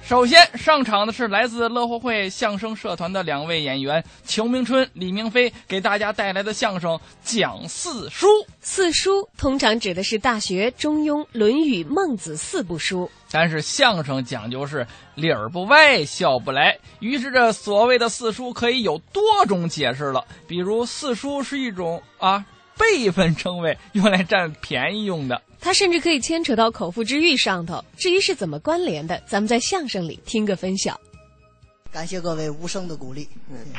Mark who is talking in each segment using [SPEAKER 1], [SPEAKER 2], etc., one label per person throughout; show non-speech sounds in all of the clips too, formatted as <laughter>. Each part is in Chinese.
[SPEAKER 1] 首先上场的是来自乐活会相声社团的两位演员裘明春、李明飞，给大家带来的相声《讲四书》。
[SPEAKER 2] 四书通常指的是《大学》《中庸》《论语》《孟子》四部书。
[SPEAKER 1] 但是相声讲究是理儿不歪，笑不来。于是这所谓的四书可以有多种解释了。比如四书是一种啊辈分称谓，用来占便宜用的。
[SPEAKER 2] 它甚至可以牵扯到口腹之欲上头。至于是怎么关联的，咱们在相声里听个分晓。
[SPEAKER 3] 感谢各位无声的鼓励。嗯，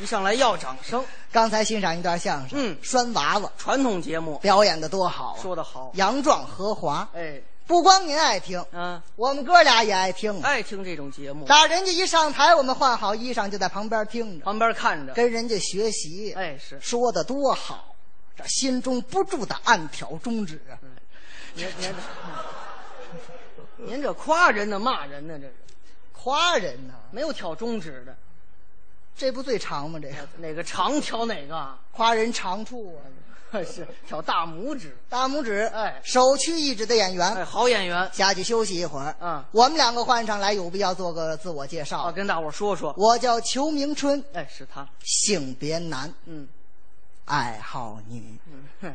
[SPEAKER 4] 一上来要掌声，
[SPEAKER 3] 刚才欣赏一段相声，
[SPEAKER 4] 嗯
[SPEAKER 3] 拴娃娃
[SPEAKER 4] 传统节目
[SPEAKER 3] 表演的多好啊！
[SPEAKER 4] 说得好，
[SPEAKER 3] 杨壮和华，
[SPEAKER 4] 哎，
[SPEAKER 3] 不光您爱听，
[SPEAKER 4] 啊，
[SPEAKER 3] 我们哥俩也爱听。啊
[SPEAKER 4] 爱听这种节目，
[SPEAKER 3] 打人家一上台，我们换好衣裳就在旁边听着，
[SPEAKER 4] 旁边看着，
[SPEAKER 3] 跟人家学习。
[SPEAKER 4] 哎是
[SPEAKER 3] 说的多好，这心中不住的暗挑中指啊！
[SPEAKER 4] 嗯您您这，您这夸人呢骂人呢，这是
[SPEAKER 3] 夸人呢、
[SPEAKER 4] 没有挑中指的，
[SPEAKER 3] 这不最长吗？这个
[SPEAKER 4] 哪个长挑哪个啊， <laughs>
[SPEAKER 3] 夸人长处啊，
[SPEAKER 4] 是挑大拇指，
[SPEAKER 3] 大拇指，
[SPEAKER 4] 哎
[SPEAKER 3] 首屈一指的演员。
[SPEAKER 4] 哎，好演员
[SPEAKER 3] 下去休息一会儿。
[SPEAKER 4] 嗯
[SPEAKER 3] 我们两个换上来，有必要做个自我介绍。
[SPEAKER 4] 啊，跟大伙儿说说，
[SPEAKER 3] 我叫裘明春，
[SPEAKER 4] 哎，是他，
[SPEAKER 3] 性别男，
[SPEAKER 4] 嗯 <laughs>
[SPEAKER 3] 爱好女，
[SPEAKER 4] 嗯，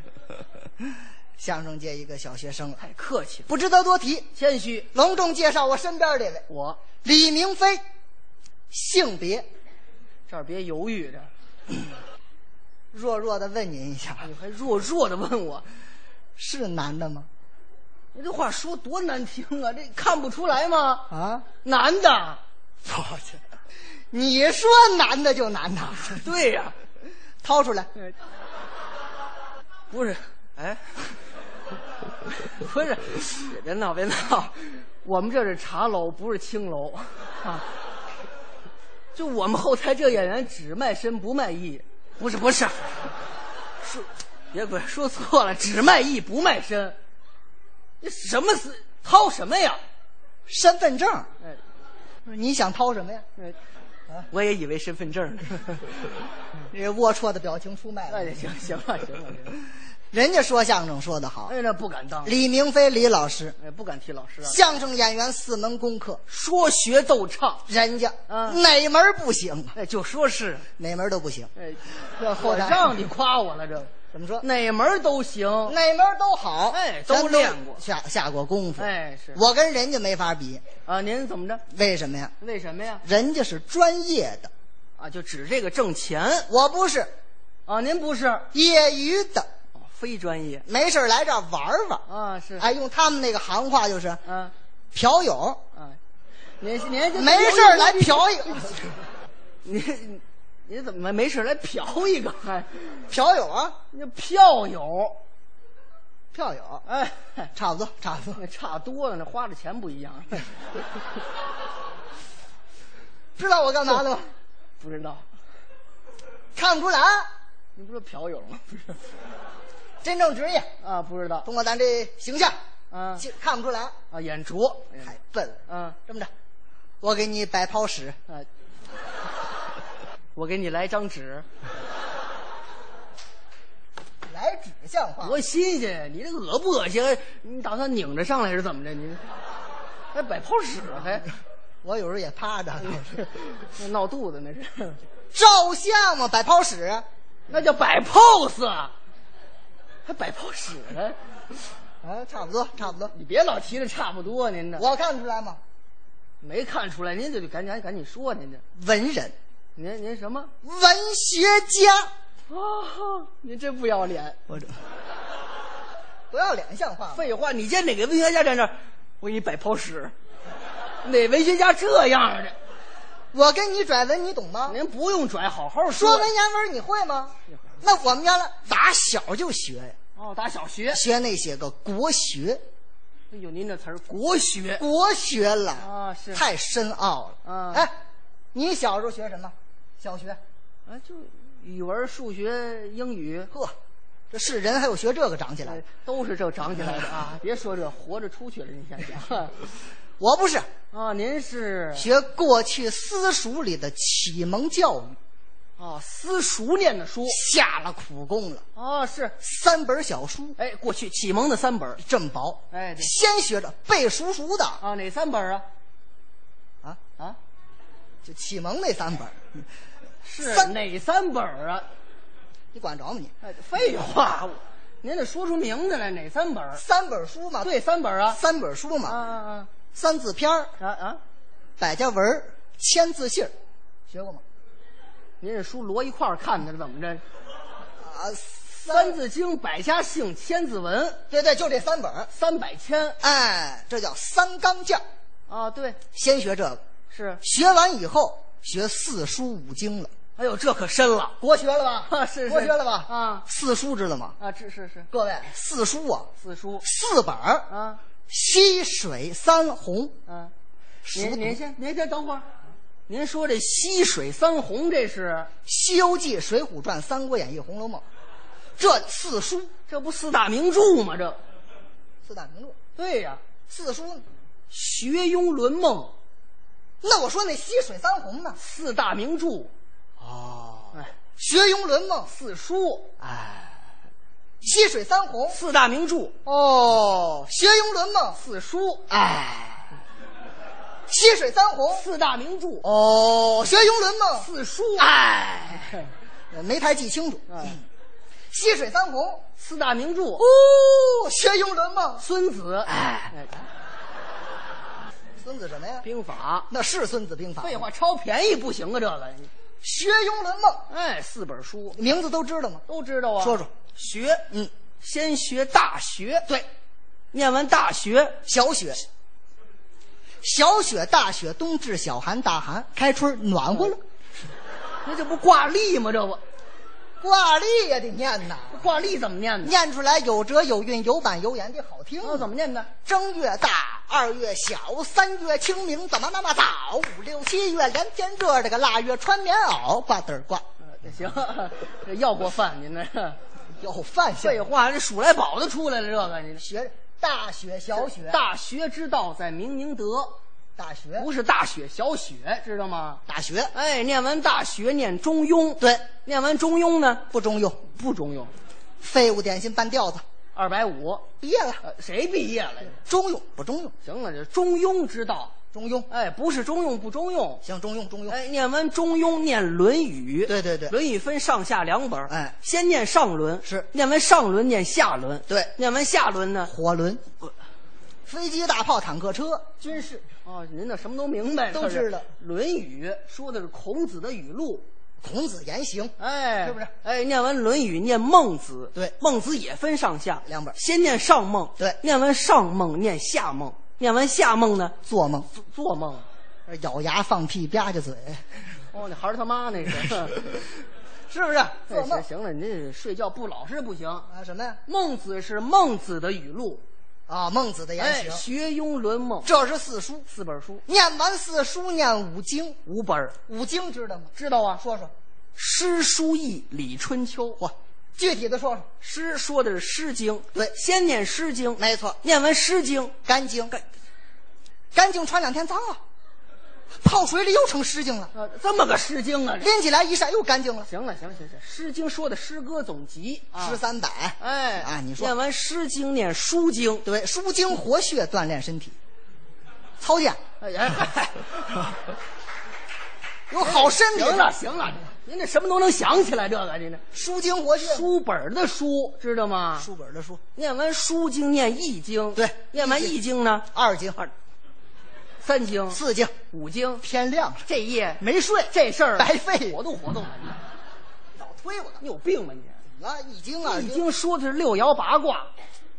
[SPEAKER 4] 哼
[SPEAKER 3] 相声界一个小学生了，
[SPEAKER 4] 太客气了，
[SPEAKER 3] 不值得多提。
[SPEAKER 4] 谦虚，
[SPEAKER 3] 隆重介绍我身边这位
[SPEAKER 4] 我
[SPEAKER 3] 李明飞，性别
[SPEAKER 4] 这儿别犹豫着，
[SPEAKER 3] 弱弱的问您一
[SPEAKER 4] 哎
[SPEAKER 3] 下，
[SPEAKER 4] 你还弱弱的问我，
[SPEAKER 3] 是男的吗？
[SPEAKER 4] 你这话说多难听啊，这看不出来吗？
[SPEAKER 3] 啊，
[SPEAKER 4] 男的，
[SPEAKER 3] 我去，你说男的就男的，
[SPEAKER 4] <laughs> 对呀、
[SPEAKER 3] 掏出来，
[SPEAKER 4] 不是，哎，不是，别闹别闹，我们这是茶楼，不是青楼啊。就我们后台这演员只卖身不卖艺，不是不是，说别不是说错了，只卖艺不卖身，这什么是掏什么呀？
[SPEAKER 3] 身份证，
[SPEAKER 4] 哎，
[SPEAKER 3] 你想掏什么呀？
[SPEAKER 4] 哎我也以为身份证呢。
[SPEAKER 3] 这龌龊的表情出卖了
[SPEAKER 4] <laughs> 哎，。嗯行行了行了， <laughs> 行了
[SPEAKER 3] 人家说相声说得好，
[SPEAKER 4] 哎，那不敢当，
[SPEAKER 3] 李明飞李老师，
[SPEAKER 4] 哎，不敢提老师啊。
[SPEAKER 3] 相声演员四门功课，
[SPEAKER 4] 说学逗唱，
[SPEAKER 3] 人家
[SPEAKER 4] 嗯
[SPEAKER 3] 哪门儿不行，
[SPEAKER 4] <laughs>
[SPEAKER 3] 啊
[SPEAKER 4] 哎，就说是，
[SPEAKER 3] 哪门儿都不行。
[SPEAKER 4] 哎，
[SPEAKER 3] 这后
[SPEAKER 4] 我
[SPEAKER 3] 台
[SPEAKER 4] 让你夸我了，这
[SPEAKER 3] 怎么说？
[SPEAKER 4] <laughs> 哪门儿都行。
[SPEAKER 3] 哪门儿都好，
[SPEAKER 4] 哎
[SPEAKER 3] 咱
[SPEAKER 4] 都练过
[SPEAKER 3] 下下过功夫。
[SPEAKER 4] 哎，是
[SPEAKER 3] 我跟人家没法比，
[SPEAKER 4] 啊，您怎么着？
[SPEAKER 3] 为什么呀？
[SPEAKER 4] 为什么呀？
[SPEAKER 3] 人家是专业的，
[SPEAKER 4] 啊，就指这个挣钱
[SPEAKER 3] 我不是
[SPEAKER 4] 啊，您不是、哦
[SPEAKER 3] 业余的，
[SPEAKER 4] 非专业
[SPEAKER 3] 没事儿来这儿玩儿玩儿。
[SPEAKER 4] 啊，是
[SPEAKER 3] 哎，用他们那个行话就是
[SPEAKER 4] 啊
[SPEAKER 3] 嫖
[SPEAKER 4] <laughs>
[SPEAKER 3] 友，
[SPEAKER 4] 啊，您您这
[SPEAKER 3] 没事儿
[SPEAKER 4] 哎
[SPEAKER 3] 来嫖友，
[SPEAKER 4] 您您怎么没事儿来嫖 <laughs> 一个？还、哎、
[SPEAKER 3] 嫖友
[SPEAKER 4] <laughs>
[SPEAKER 3] 啊，
[SPEAKER 4] 那票友
[SPEAKER 3] 票友，
[SPEAKER 4] 哎，
[SPEAKER 3] 差不多，差不多。
[SPEAKER 4] 那 <laughs> 差多了，那花的钱不一样。 <laughs>
[SPEAKER 3] 知道我干嘛的吗？
[SPEAKER 4] 不知道，
[SPEAKER 3] 看不出来，啊
[SPEAKER 4] 你不是嫖友吗？不是
[SPEAKER 3] 真正职业。
[SPEAKER 4] 啊，不知道
[SPEAKER 3] 通过咱这形象，
[SPEAKER 4] 啊
[SPEAKER 3] 其实看不出来，
[SPEAKER 4] 啊，眼拙，
[SPEAKER 3] 太笨了。
[SPEAKER 4] 嗯、啊。
[SPEAKER 3] 这么着，我给你摆泡屎，
[SPEAKER 4] 啊，我给你来张纸，
[SPEAKER 3] 来纸像话。
[SPEAKER 4] 多新鲜呀！你这恶不恶心？你打算拧着上来是怎么着？你还摆泡屎啊还
[SPEAKER 3] 我有时候也趴着，
[SPEAKER 4] 那闹肚子那是，
[SPEAKER 3] 照相嘛，摆泡屎，
[SPEAKER 4] 那叫摆 pose，啊还摆泡屎呢？
[SPEAKER 3] 啊，差不多，差不多。
[SPEAKER 4] 你别老提着差不多，您这
[SPEAKER 3] 我看出来吗？
[SPEAKER 4] 没看出来，您就得赶紧赶紧说您这
[SPEAKER 3] 文人，
[SPEAKER 4] 您您什么
[SPEAKER 3] 文学家，
[SPEAKER 4] 啊？ <laughs> 您真不要脸！
[SPEAKER 3] 我这不要脸像话吗？
[SPEAKER 4] 废话，你见哪个文学家站这儿？我给你摆泡屎，哪文学家这样啊？这。
[SPEAKER 3] 我跟你拽文，你懂吗？
[SPEAKER 4] 您不用拽，好好
[SPEAKER 3] 说文言文你会吗？那我们原来打小就学呀，
[SPEAKER 4] 哦，打小学。
[SPEAKER 3] 学那些个国学，
[SPEAKER 4] 哎呦，您这词儿国学
[SPEAKER 3] 国学嗯了
[SPEAKER 4] 啊是
[SPEAKER 3] 太深奥了
[SPEAKER 4] 啊
[SPEAKER 3] 哎，你小时候学什么？小学？
[SPEAKER 4] 啊，就语文、数学、英语，
[SPEAKER 3] 呵，这是人还有学这个长起来
[SPEAKER 4] 哎
[SPEAKER 3] 的？
[SPEAKER 4] 都是这长起来的 <laughs> 啊！别说这活着出去了，您想想
[SPEAKER 3] 我不是，
[SPEAKER 4] <laughs> 啊，您是
[SPEAKER 3] 学过去私塾里的启蒙教育，
[SPEAKER 4] 哦，私塾念的书。
[SPEAKER 3] 下了苦功了。
[SPEAKER 4] 哦，是，
[SPEAKER 3] 三本小书，
[SPEAKER 4] 哎，过去启蒙的三本儿
[SPEAKER 3] 这么薄，
[SPEAKER 4] 哎对
[SPEAKER 3] 先学着背熟熟的
[SPEAKER 4] 啊，哪三本儿啊？
[SPEAKER 3] 啊，
[SPEAKER 4] 啊，
[SPEAKER 3] 就启蒙那三本儿，
[SPEAKER 4] 是
[SPEAKER 3] 三
[SPEAKER 4] 哪三本儿啊？
[SPEAKER 3] 你管着吗你？
[SPEAKER 4] 哎，废话，我您得说出名字来，哪三本儿？
[SPEAKER 3] 三本书嘛，
[SPEAKER 4] 对，，三本儿啊。
[SPEAKER 3] 三本书
[SPEAKER 4] 啊
[SPEAKER 3] 嘛，
[SPEAKER 4] 啊
[SPEAKER 3] 三字篇儿、
[SPEAKER 4] 啊啊啊！
[SPEAKER 3] 百家文儿、千字信儿，学过吗？
[SPEAKER 4] 您这书摞一块儿看的，怎么着？《
[SPEAKER 3] 啊，
[SPEAKER 4] 三字经》《百家姓》《千字文》
[SPEAKER 3] 对对，就这三本儿。
[SPEAKER 4] 三百千
[SPEAKER 3] 哎，这叫三纲架，
[SPEAKER 4] 啊，对，
[SPEAKER 3] 先学这个，
[SPEAKER 4] 是。
[SPEAKER 3] 学完以后学四书五经了，
[SPEAKER 4] 哎呦，这可深了
[SPEAKER 3] 国学了吧？ <laughs>
[SPEAKER 4] 啊！是是
[SPEAKER 3] 国学了吧？
[SPEAKER 4] 啊
[SPEAKER 3] 四书知道吗？
[SPEAKER 4] 啊，这是是
[SPEAKER 3] 各位，四书啊，
[SPEAKER 4] 四书
[SPEAKER 3] 四本儿
[SPEAKER 4] 啊
[SPEAKER 3] 溪水三红，
[SPEAKER 4] 啊。
[SPEAKER 3] 熟
[SPEAKER 4] 您
[SPEAKER 3] 读
[SPEAKER 4] 您
[SPEAKER 3] 《
[SPEAKER 4] 先您先等会儿，您说这溪水三红，这是
[SPEAKER 3] 西游记》《水浒传》《三国演义》《红楼梦》，这四书
[SPEAKER 4] 这不四大名著吗？这
[SPEAKER 3] 四大名著，
[SPEAKER 4] 对呀、
[SPEAKER 3] 四书呢。
[SPEAKER 4] 学庸论孟
[SPEAKER 3] 那我说那溪水三红呢？
[SPEAKER 4] 四大名著，
[SPEAKER 3] 哦，
[SPEAKER 4] 哎，
[SPEAKER 3] 学庸论孟，
[SPEAKER 4] 四书
[SPEAKER 3] 哎，溪水三红
[SPEAKER 4] 四大名著
[SPEAKER 3] 哦，学庸论孟，
[SPEAKER 4] 四书
[SPEAKER 3] 哎，溪水三红
[SPEAKER 4] 四大名著
[SPEAKER 3] 哦，学庸论孟，
[SPEAKER 4] 四书
[SPEAKER 3] 哎，没太记清楚。
[SPEAKER 4] 哎
[SPEAKER 3] 溪水三红
[SPEAKER 4] <laughs> 四大名著
[SPEAKER 3] 哦，学庸论孟，
[SPEAKER 4] 孙子
[SPEAKER 3] 哎
[SPEAKER 4] 哎
[SPEAKER 3] 孙子什么呀？
[SPEAKER 4] 兵法
[SPEAKER 3] 那是《孙子兵法》。
[SPEAKER 4] <laughs> 废话，超便宜不行啊，这个
[SPEAKER 3] 学庸论孟，
[SPEAKER 4] 哎四本书
[SPEAKER 3] 名字都知道吗？
[SPEAKER 4] 都知道啊。
[SPEAKER 3] 说说，
[SPEAKER 4] 学
[SPEAKER 3] 嗯，
[SPEAKER 4] 先学大学，
[SPEAKER 3] 对，
[SPEAKER 4] 念完大学
[SPEAKER 3] 小雪，小雪，大雪，冬至，小寒，大寒，开春暖和了，
[SPEAKER 4] 那这不挂历吗？这不
[SPEAKER 3] 挂历也得念呐，
[SPEAKER 4] 这挂历怎么念呢？
[SPEAKER 3] 念出来有辙有韵有板有眼得好听。
[SPEAKER 4] 哦，怎么念的？
[SPEAKER 3] 正月大，二月小，三月清明怎么那么早？五六七月连天热，这个腊月穿棉袄，挂嘚儿挂，
[SPEAKER 4] 呃行，这要过饭
[SPEAKER 3] <laughs>
[SPEAKER 4] 您这。
[SPEAKER 3] 有饭
[SPEAKER 4] 废
[SPEAKER 3] 性。
[SPEAKER 4] 话，这数来宝的出来了，这个你
[SPEAKER 3] 学大雪小雪
[SPEAKER 4] 大学之道，在明明德，
[SPEAKER 3] 大学
[SPEAKER 4] 不是大雪小雪，知道吗？
[SPEAKER 3] 大学
[SPEAKER 4] 哎，念完大学念中庸，
[SPEAKER 3] 对
[SPEAKER 4] 念完中庸呢
[SPEAKER 3] 不中用，
[SPEAKER 4] 不中庸，
[SPEAKER 3] 废物点心半吊子，
[SPEAKER 4] 二百五，
[SPEAKER 3] 毕业了。
[SPEAKER 4] 呃，谁毕业了？
[SPEAKER 3] 中用不中用？
[SPEAKER 4] 行了，这中庸之道，
[SPEAKER 3] 中用，
[SPEAKER 4] 哎，不是中庸不中庸，
[SPEAKER 3] 行，中用中用。
[SPEAKER 4] 哎，念完中庸念《论语》，
[SPEAKER 3] 对对对
[SPEAKER 4] 论语》分上下两本儿，
[SPEAKER 3] 哎
[SPEAKER 4] 先念上轮，
[SPEAKER 3] 是
[SPEAKER 4] 念完上轮念下轮，
[SPEAKER 3] 对
[SPEAKER 4] 念完下轮呢，
[SPEAKER 3] 火轮
[SPEAKER 4] 不、
[SPEAKER 3] 飞机、大炮、坦克车，
[SPEAKER 4] 军事哦，您这什么都明白，
[SPEAKER 3] 都
[SPEAKER 4] 这是
[SPEAKER 3] 知道
[SPEAKER 4] 《论语》说的是孔子的语录，
[SPEAKER 3] 孔子言行，
[SPEAKER 4] 哎，
[SPEAKER 3] 是不是？
[SPEAKER 4] 哎，念完《论语》念《孟子》，
[SPEAKER 3] 对
[SPEAKER 4] 孟子也分上下
[SPEAKER 3] 两本
[SPEAKER 4] 先念上孟，
[SPEAKER 3] 对
[SPEAKER 4] 念完上孟念下孟，念完下孟呢
[SPEAKER 3] 做梦，
[SPEAKER 4] 做做梦，
[SPEAKER 3] 咬牙放屁，吧唧嘴，
[SPEAKER 4] 哦，那孩儿他妈
[SPEAKER 3] <laughs>
[SPEAKER 4] 那是，
[SPEAKER 3] 是不是？
[SPEAKER 4] 哎
[SPEAKER 3] 做
[SPEAKER 4] 行
[SPEAKER 3] 梦
[SPEAKER 4] 行了，您这睡觉不老实不行。
[SPEAKER 3] 啊？什么呀？
[SPEAKER 4] 孟子是孟子的语录，
[SPEAKER 3] 啊，孟子的
[SPEAKER 4] 哎
[SPEAKER 3] 言，行，
[SPEAKER 4] 学庸论孟
[SPEAKER 3] 这是四书。
[SPEAKER 4] 四本书，
[SPEAKER 3] 念完四书，念五经，
[SPEAKER 4] 五本儿
[SPEAKER 3] 五经知道吗？
[SPEAKER 4] 知道啊？
[SPEAKER 3] 说说，
[SPEAKER 4] 诗、书、易、礼、春秋。嚯，
[SPEAKER 3] 具体的说说。
[SPEAKER 4] 诗说的是《诗经》，
[SPEAKER 3] 对
[SPEAKER 4] 先念《诗经》，
[SPEAKER 3] 没错，
[SPEAKER 4] 念完《诗经》，
[SPEAKER 3] 干净，
[SPEAKER 4] 干
[SPEAKER 3] 干净穿两天脏啊，泡水里又成湿净了，
[SPEAKER 4] 呃，这么个《诗经》啊。这
[SPEAKER 3] 拎起来一晒又干净了，
[SPEAKER 4] 行了，行了，行了行了，《诗经》说的诗歌总集啊，
[SPEAKER 3] 十三百。
[SPEAKER 4] 哎
[SPEAKER 3] 啊你说
[SPEAKER 4] 念完《诗经》，念《书经》，
[SPEAKER 3] 对，舒筋活血，锻炼身体。操健，
[SPEAKER 4] 哎哎 <laughs> 嗨，
[SPEAKER 3] 有好身体。
[SPEAKER 4] 行了，行了，您这什么都能想起来，这个您这
[SPEAKER 3] 舒筋活血。
[SPEAKER 4] 书本儿的书知道吗？
[SPEAKER 3] 哎书本的书，
[SPEAKER 4] 念完《书经》，念《易经》，
[SPEAKER 3] 对
[SPEAKER 4] 念完《易经》呢，
[SPEAKER 3] 二经、二
[SPEAKER 4] 三经、
[SPEAKER 3] 四经，
[SPEAKER 4] 五经，
[SPEAKER 3] 天亮了
[SPEAKER 4] 这夜
[SPEAKER 3] 没睡，
[SPEAKER 4] 这事儿
[SPEAKER 3] 白费
[SPEAKER 4] 活动活动吧，
[SPEAKER 3] 老推我
[SPEAKER 4] 你有病吧你？
[SPEAKER 3] 啊！易经
[SPEAKER 4] 《
[SPEAKER 3] 二
[SPEAKER 4] 易经》说的是六爻八卦，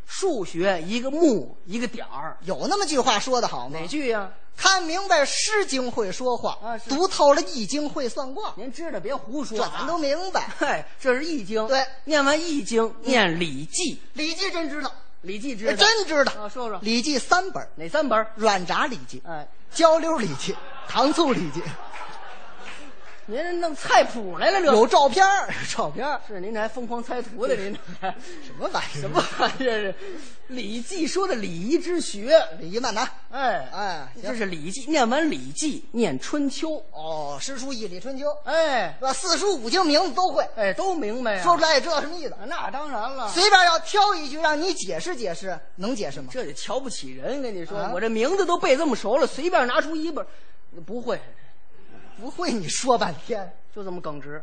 [SPEAKER 4] 数学一个木一个点儿，
[SPEAKER 3] 有那么句话说的好吗
[SPEAKER 4] 哪？句呀、
[SPEAKER 3] 看明白《诗经》会说话，
[SPEAKER 4] 啊是
[SPEAKER 3] 读透了《易经》会算卦，
[SPEAKER 4] 您知道别胡
[SPEAKER 3] 这
[SPEAKER 4] 说、啊，
[SPEAKER 3] 咱都明白。《
[SPEAKER 4] 嗨，这是《易经》。
[SPEAKER 3] 对嗯
[SPEAKER 4] 念完《易经》，念《 <laughs> 礼记》，《
[SPEAKER 3] 礼记》真知道，
[SPEAKER 4] 礼记》知道
[SPEAKER 3] 哎呃真知道。
[SPEAKER 4] 啊，说啊说
[SPEAKER 3] 《礼记》三本儿：
[SPEAKER 4] 哪三本儿？
[SPEAKER 3] 软炸《礼记》、
[SPEAKER 4] 哎，
[SPEAKER 3] 焦溜《礼记》、糖醋《礼记》。
[SPEAKER 4] 您这弄菜谱来了这？
[SPEAKER 3] 有照片儿，有照片儿，
[SPEAKER 4] 是您这还疯狂猜图呢？您这还
[SPEAKER 3] <laughs> 什么玩意儿？
[SPEAKER 4] <laughs> 什么玩意儿？啊《礼记》说的礼仪之学，
[SPEAKER 3] 礼仪漫谈，
[SPEAKER 4] 哎
[SPEAKER 3] 哎行
[SPEAKER 4] 这是《礼记》。念完《礼记》，念《春秋》。
[SPEAKER 3] 哦，诗书易礼春秋，
[SPEAKER 4] 哎
[SPEAKER 3] 是吧？四书五经名字都会，
[SPEAKER 4] 哎，都明白呀。
[SPEAKER 3] 说出来也知道什么意思。
[SPEAKER 4] 那当然了，
[SPEAKER 3] 随便要挑一句让你解释解释，能解释吗？
[SPEAKER 4] 这也瞧不起人。跟你说，
[SPEAKER 3] 啊
[SPEAKER 4] 我这名字都背这么熟了，随便拿出一本，不会，
[SPEAKER 3] 不会你说半天，
[SPEAKER 4] 就这么耿直。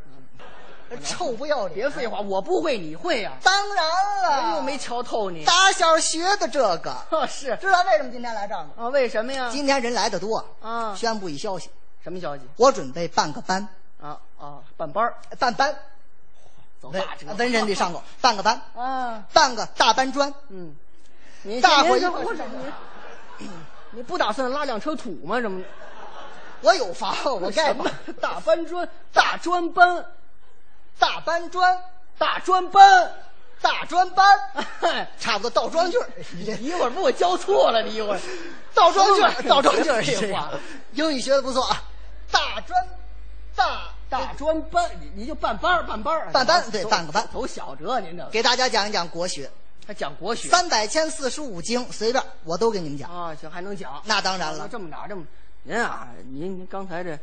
[SPEAKER 3] 臭不要脸！
[SPEAKER 4] 别废话，我不会，你会呀、
[SPEAKER 3] 当然了，
[SPEAKER 4] 又没瞧透你。 <laughs>
[SPEAKER 3] 打小学的这个，
[SPEAKER 4] 哦，是
[SPEAKER 3] 知道为什么今天来这儿吗？
[SPEAKER 4] 啊，为什么呀？
[SPEAKER 3] 今天人来的多，
[SPEAKER 4] 啊，
[SPEAKER 3] 宣布一消息，
[SPEAKER 4] 什么消息？
[SPEAKER 3] 我准备办个班，
[SPEAKER 4] 啊啊，办班儿，
[SPEAKER 3] 办班，
[SPEAKER 4] 走
[SPEAKER 3] 文
[SPEAKER 4] 大车
[SPEAKER 3] 文人里上过，办个班，
[SPEAKER 4] <laughs> 啊，
[SPEAKER 3] 办个大搬砖，
[SPEAKER 4] 嗯，您
[SPEAKER 3] 大伙
[SPEAKER 4] 您
[SPEAKER 3] 一 <laughs>
[SPEAKER 4] 这
[SPEAKER 3] 块
[SPEAKER 4] 不是您，你不打算拉两车土吗？什么？
[SPEAKER 3] 我有房， <laughs> 我盖
[SPEAKER 4] <laughs> 什
[SPEAKER 3] 房
[SPEAKER 4] 么，大搬砖？大砖搬？
[SPEAKER 3] 大搬砖，
[SPEAKER 4] 大砖搬？
[SPEAKER 3] 大砖搬，
[SPEAKER 4] 哎
[SPEAKER 3] 差不多倒装句儿，你这
[SPEAKER 4] 你一会儿把我教错了，你一会儿
[SPEAKER 3] 倒装句
[SPEAKER 4] <laughs>
[SPEAKER 3] 儿，倒装句儿，
[SPEAKER 4] 废话。
[SPEAKER 3] 英语学的不错啊，大砖，大
[SPEAKER 4] 大专班，你你就办班儿，办班儿，啊
[SPEAKER 3] 办班对
[SPEAKER 4] 走
[SPEAKER 3] 办个班
[SPEAKER 4] 走小折，您这
[SPEAKER 3] 给大家讲一讲国学，
[SPEAKER 4] 还讲国学
[SPEAKER 3] 三百千四书五经随便我都给你们讲，
[SPEAKER 4] 啊？行，还能讲？
[SPEAKER 3] 那当然了
[SPEAKER 4] 这么着，这么，您啊，您您刚才这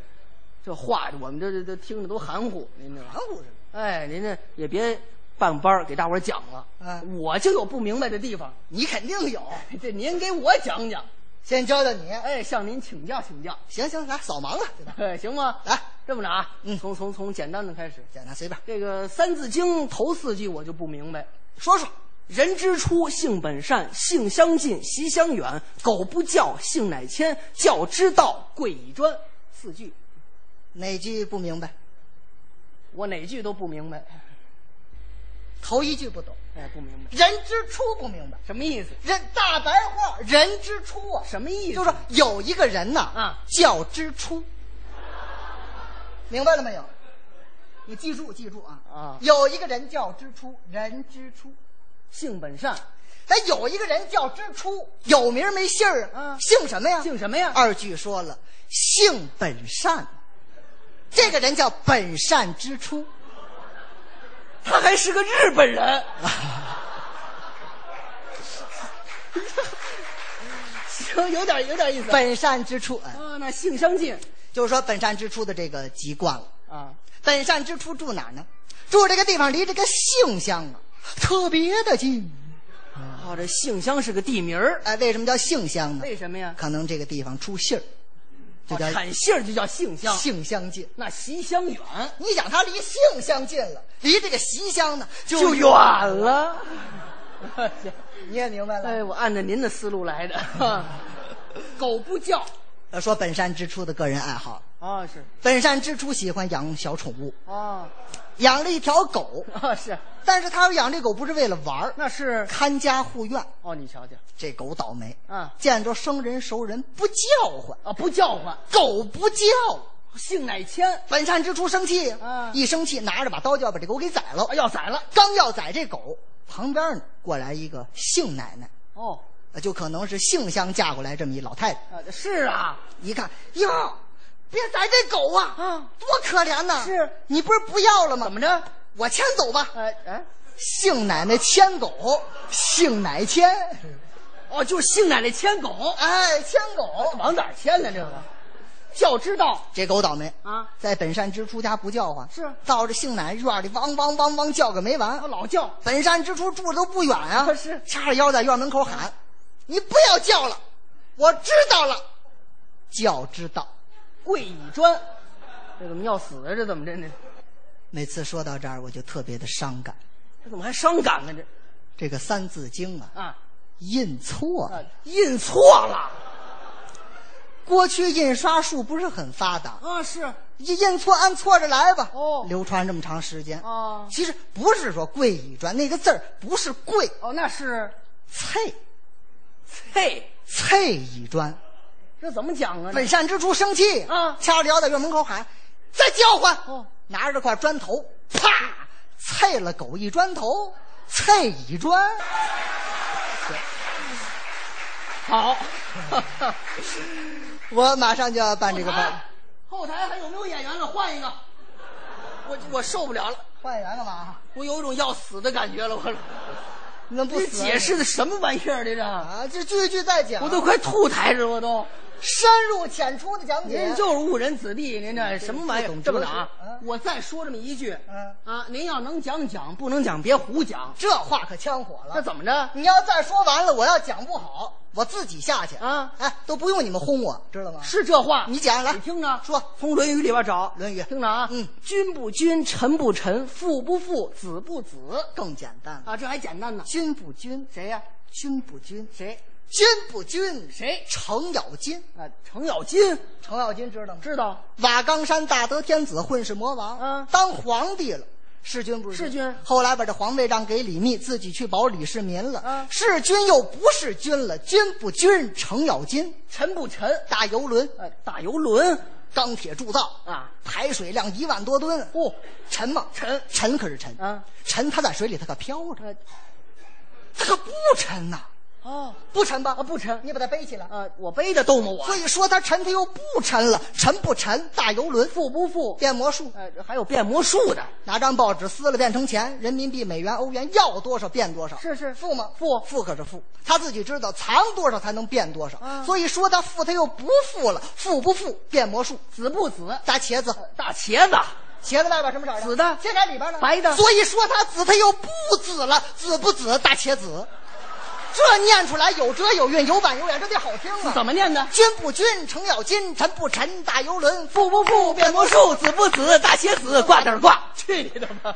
[SPEAKER 4] 这话，我们这这这听着都含糊，您这
[SPEAKER 3] 含糊什么？
[SPEAKER 4] <laughs> 哎，您这也别办班儿给大伙儿讲了，
[SPEAKER 3] 嗯
[SPEAKER 4] 我就有不明白的地方，
[SPEAKER 3] 你肯定有，
[SPEAKER 4] 这您给我讲讲，
[SPEAKER 3] 先教教你。
[SPEAKER 4] 哎，向您请教请 <laughs> 教，
[SPEAKER 3] 行行，来扫盲了，对吧？
[SPEAKER 4] 哎，行吗？
[SPEAKER 3] 来，
[SPEAKER 4] 这么着啊，
[SPEAKER 3] 嗯
[SPEAKER 4] 从从从简单的开始，
[SPEAKER 3] 简单随便
[SPEAKER 4] 这个《三字经》头四句我就不明白。
[SPEAKER 3] 说说。
[SPEAKER 4] 人之初，性本善，性相近，习相远。苟不教，性乃迁。教之道，贵以专。四句，
[SPEAKER 3] 哪句不明白？
[SPEAKER 4] 我哪句都不明白。 <laughs>
[SPEAKER 3] 头一句不懂，
[SPEAKER 4] 哎，不明白，
[SPEAKER 3] 人之初不明白。
[SPEAKER 4] 什么意思？
[SPEAKER 3] 人大白话，人之初啊，
[SPEAKER 4] 什么意思？
[SPEAKER 3] 就是说有一个人呐，
[SPEAKER 4] 啊
[SPEAKER 3] 叫之初，明白了没有？你记住，记住啊
[SPEAKER 4] 啊
[SPEAKER 3] 有一个人叫之初，人之初。
[SPEAKER 4] 性本善，
[SPEAKER 3] 咱有一个人叫之初，有名没姓儿
[SPEAKER 4] 啊
[SPEAKER 3] 姓什么呀？
[SPEAKER 4] 姓什么呀？
[SPEAKER 3] 二句说了，性本善，这个人叫本善之初。
[SPEAKER 4] 他还是个日本人。 <laughs> 行，有点有点意思。
[SPEAKER 3] 本善之初，哎，
[SPEAKER 4] 啊，那性相近
[SPEAKER 3] 就是说本善之初的这个籍贯了。
[SPEAKER 4] 啊，
[SPEAKER 3] 本善之初住哪儿呢？住这个地方离这个杏乡啊，特别的近。
[SPEAKER 4] 哦，这性相是个地名儿，
[SPEAKER 3] 哎，为什么叫杏乡呢？
[SPEAKER 4] 为什么呀？
[SPEAKER 3] 可能这个地方出杏儿，就
[SPEAKER 4] 哦
[SPEAKER 3] 叫
[SPEAKER 4] 产杏儿就叫性相，
[SPEAKER 3] 杏乡近。
[SPEAKER 4] 那习相远
[SPEAKER 3] 你想，它离杏乡近了，离这个习乡呢就
[SPEAKER 4] 远。了。
[SPEAKER 3] 你也明白
[SPEAKER 4] 哎，
[SPEAKER 3] 了。
[SPEAKER 4] 我按照您的思路来的。 <laughs> 狗不叫
[SPEAKER 3] 要呃说本善之初的个人爱好，
[SPEAKER 4] 啊，是
[SPEAKER 3] 本善之初喜欢养小宠物，
[SPEAKER 4] 啊
[SPEAKER 3] 养了一条狗，
[SPEAKER 4] 啊是，
[SPEAKER 3] 但是他养这狗不是为了玩儿，
[SPEAKER 4] 那是
[SPEAKER 3] 看家护院。
[SPEAKER 4] 哦，你瞧瞧
[SPEAKER 3] 这狗倒霉，
[SPEAKER 4] 啊
[SPEAKER 3] 见着生人熟人不叫唤，
[SPEAKER 4] 啊，不叫唤，
[SPEAKER 3] 狗不叫。
[SPEAKER 4] 姓乃迁
[SPEAKER 3] 本善之初生气，
[SPEAKER 4] 啊
[SPEAKER 3] 一生气拿着把刀就要把这狗给宰了
[SPEAKER 4] 啊，。要宰了
[SPEAKER 3] 刚要宰这狗，旁边呢过来一个杏奶奶，
[SPEAKER 4] 哦
[SPEAKER 3] 呃就可能是杏乡嫁过来这么一老太太。
[SPEAKER 4] 啊是啊，
[SPEAKER 3] 一看，哟，别宰这狗啊，
[SPEAKER 4] 啊
[SPEAKER 3] 多可怜呐！
[SPEAKER 4] 是
[SPEAKER 3] 你不是不要了吗？
[SPEAKER 4] 怎么？着？
[SPEAKER 3] 我牵走吧。
[SPEAKER 4] 哎哎
[SPEAKER 3] 杏奶奶牵狗，杏奶牵，
[SPEAKER 4] 哦，就是姓奶奶牵狗，啊
[SPEAKER 3] 哎，牵狗。
[SPEAKER 4] 往哪儿牵呢？这个叫之道
[SPEAKER 3] 这狗倒霉，
[SPEAKER 4] 啊，
[SPEAKER 3] 在本善之初家不叫唤，
[SPEAKER 4] 是
[SPEAKER 3] 到这杏奶院里汪汪汪汪叫个没完
[SPEAKER 4] 他。老叫
[SPEAKER 3] 本善之初住的都不远啊，
[SPEAKER 4] 啊是
[SPEAKER 3] 叉着腰在院门口喊：“你不要叫了，我知道了，叫知道。
[SPEAKER 4] 跪以砖，这怎么要死啊？这怎么着呢？”
[SPEAKER 3] 每次说到这儿，我就特别的伤感。
[SPEAKER 4] 这怎么还伤感呢？这
[SPEAKER 3] 这个《三字经》啊，
[SPEAKER 4] 啊
[SPEAKER 3] 印错
[SPEAKER 4] 啊
[SPEAKER 3] 了。，
[SPEAKER 4] 印错了
[SPEAKER 3] 过去印刷术不是很发达，
[SPEAKER 4] 啊是。
[SPEAKER 3] 印印错按错着来吧。
[SPEAKER 4] 哦
[SPEAKER 3] 流传这么长时间。
[SPEAKER 4] 哦
[SPEAKER 3] 其实不是说贵以专，那个字儿不是贵，
[SPEAKER 4] 哦，那是
[SPEAKER 3] 脆
[SPEAKER 4] 嘿，
[SPEAKER 3] 脆以专。
[SPEAKER 4] 嗯这怎么讲啊？
[SPEAKER 3] 本善之初生气
[SPEAKER 4] 啊
[SPEAKER 3] 掐着腰在院门口喊：“再叫唤！”
[SPEAKER 4] 哦
[SPEAKER 3] 拿着这块砖头，啪，啐了狗一砖头，啐一砖。
[SPEAKER 4] 好， <laughs>
[SPEAKER 3] 我马上就要办这个班，
[SPEAKER 4] 啊哎 <laughs> 后台还有没有演员了？换一个。我我受不了了，
[SPEAKER 3] 换人干嘛？
[SPEAKER 4] 我有一种要死的感觉了，我。
[SPEAKER 3] 你怎么不
[SPEAKER 4] 这
[SPEAKER 3] 死啊
[SPEAKER 4] 解释的什么玩意儿？这是，
[SPEAKER 3] 啊？这句句在讲，
[SPEAKER 4] 我都快吐台上了，我都。
[SPEAKER 3] 深入浅出的讲解
[SPEAKER 4] 您。就是误人子弟，您这什么玩意
[SPEAKER 3] 不懂
[SPEAKER 4] 儿？哎这么着啊
[SPEAKER 3] 哲学啊，
[SPEAKER 4] 我再说这么一句
[SPEAKER 3] 嗯，
[SPEAKER 4] 啊，您要能讲讲，不能讲别胡讲。
[SPEAKER 3] 这话可呛火了。
[SPEAKER 4] 那怎么着？
[SPEAKER 3] 你要再说完了，我要讲不好，我自己下去
[SPEAKER 4] 啊
[SPEAKER 3] 哎，都不用你们轰我，知道吗？
[SPEAKER 4] 是这话，
[SPEAKER 3] 你讲来
[SPEAKER 4] 你听着，
[SPEAKER 3] 说
[SPEAKER 4] 从《论语》里边找，《
[SPEAKER 3] 论语
[SPEAKER 4] 听着啊，
[SPEAKER 3] 嗯，
[SPEAKER 4] 君不君，臣不臣，父不父，子不子，
[SPEAKER 3] 更简单了。
[SPEAKER 4] 啊，这还简单呢。
[SPEAKER 3] 君不君，
[SPEAKER 4] 谁呀？
[SPEAKER 3] 君不君，
[SPEAKER 4] 谁？
[SPEAKER 3] 君不君，
[SPEAKER 4] 谁
[SPEAKER 3] 程咬金，
[SPEAKER 4] 啊，程咬金，
[SPEAKER 3] 程咬金知道吗？
[SPEAKER 4] 知道？
[SPEAKER 3] 瓦岗山大德天子，混世魔王，
[SPEAKER 4] 嗯
[SPEAKER 3] 当皇帝了。弑君不是
[SPEAKER 4] 弑君
[SPEAKER 3] 后来把这皇位让给李密，自己去保李世民了。
[SPEAKER 4] 嗯
[SPEAKER 3] 弑君又不是君了，君不君，程咬金，
[SPEAKER 4] 臣不臣？
[SPEAKER 3] 大游轮，
[SPEAKER 4] 呃，大游轮
[SPEAKER 3] 钢铁铸造，
[SPEAKER 4] 啊，
[SPEAKER 3] 排水量一万多吨，
[SPEAKER 4] 哦，
[SPEAKER 3] 沉吗？
[SPEAKER 4] 沉
[SPEAKER 3] 沉可是沉，
[SPEAKER 4] 嗯
[SPEAKER 3] 沉它在水里它可飘着，
[SPEAKER 4] 呃，
[SPEAKER 3] 它可不沉呐、
[SPEAKER 4] 哦，
[SPEAKER 3] 不沉吧？
[SPEAKER 4] 啊，不沉。
[SPEAKER 3] 你把它背起来。
[SPEAKER 4] 啊，我背着动吗？啊我
[SPEAKER 3] 所以说它沉，它又不沉了，沉不沉？大游轮，
[SPEAKER 4] 富不富？
[SPEAKER 3] 变魔术，
[SPEAKER 4] 呃，还有变魔术的，
[SPEAKER 3] 拿张报纸撕了变成钱，人民币、美元、欧元，要多少变多少。
[SPEAKER 4] 是是
[SPEAKER 3] 富吗？
[SPEAKER 4] 富
[SPEAKER 3] 富可是富，他自己知道藏多少才能变多少。
[SPEAKER 4] 啊
[SPEAKER 3] 所以说他富，他又不富了，富不富？变魔术，
[SPEAKER 4] 子不子，
[SPEAKER 3] 大茄子，
[SPEAKER 4] 大茄子，
[SPEAKER 3] 茄子外边什么色儿的？
[SPEAKER 4] 嗯紫的
[SPEAKER 3] 现在里边呢？
[SPEAKER 4] 白的
[SPEAKER 3] 所以说它紫，它又不紫了，紫不紫？大茄子，这念出来有辙有韵，有板有眼，这得好听啊！
[SPEAKER 4] 怎么念的？
[SPEAKER 3] 君不君，程咬金，臣不臣，大游轮，
[SPEAKER 4] 富不富？变魔术，子不子，大茄子，挂点挂。去你的吧！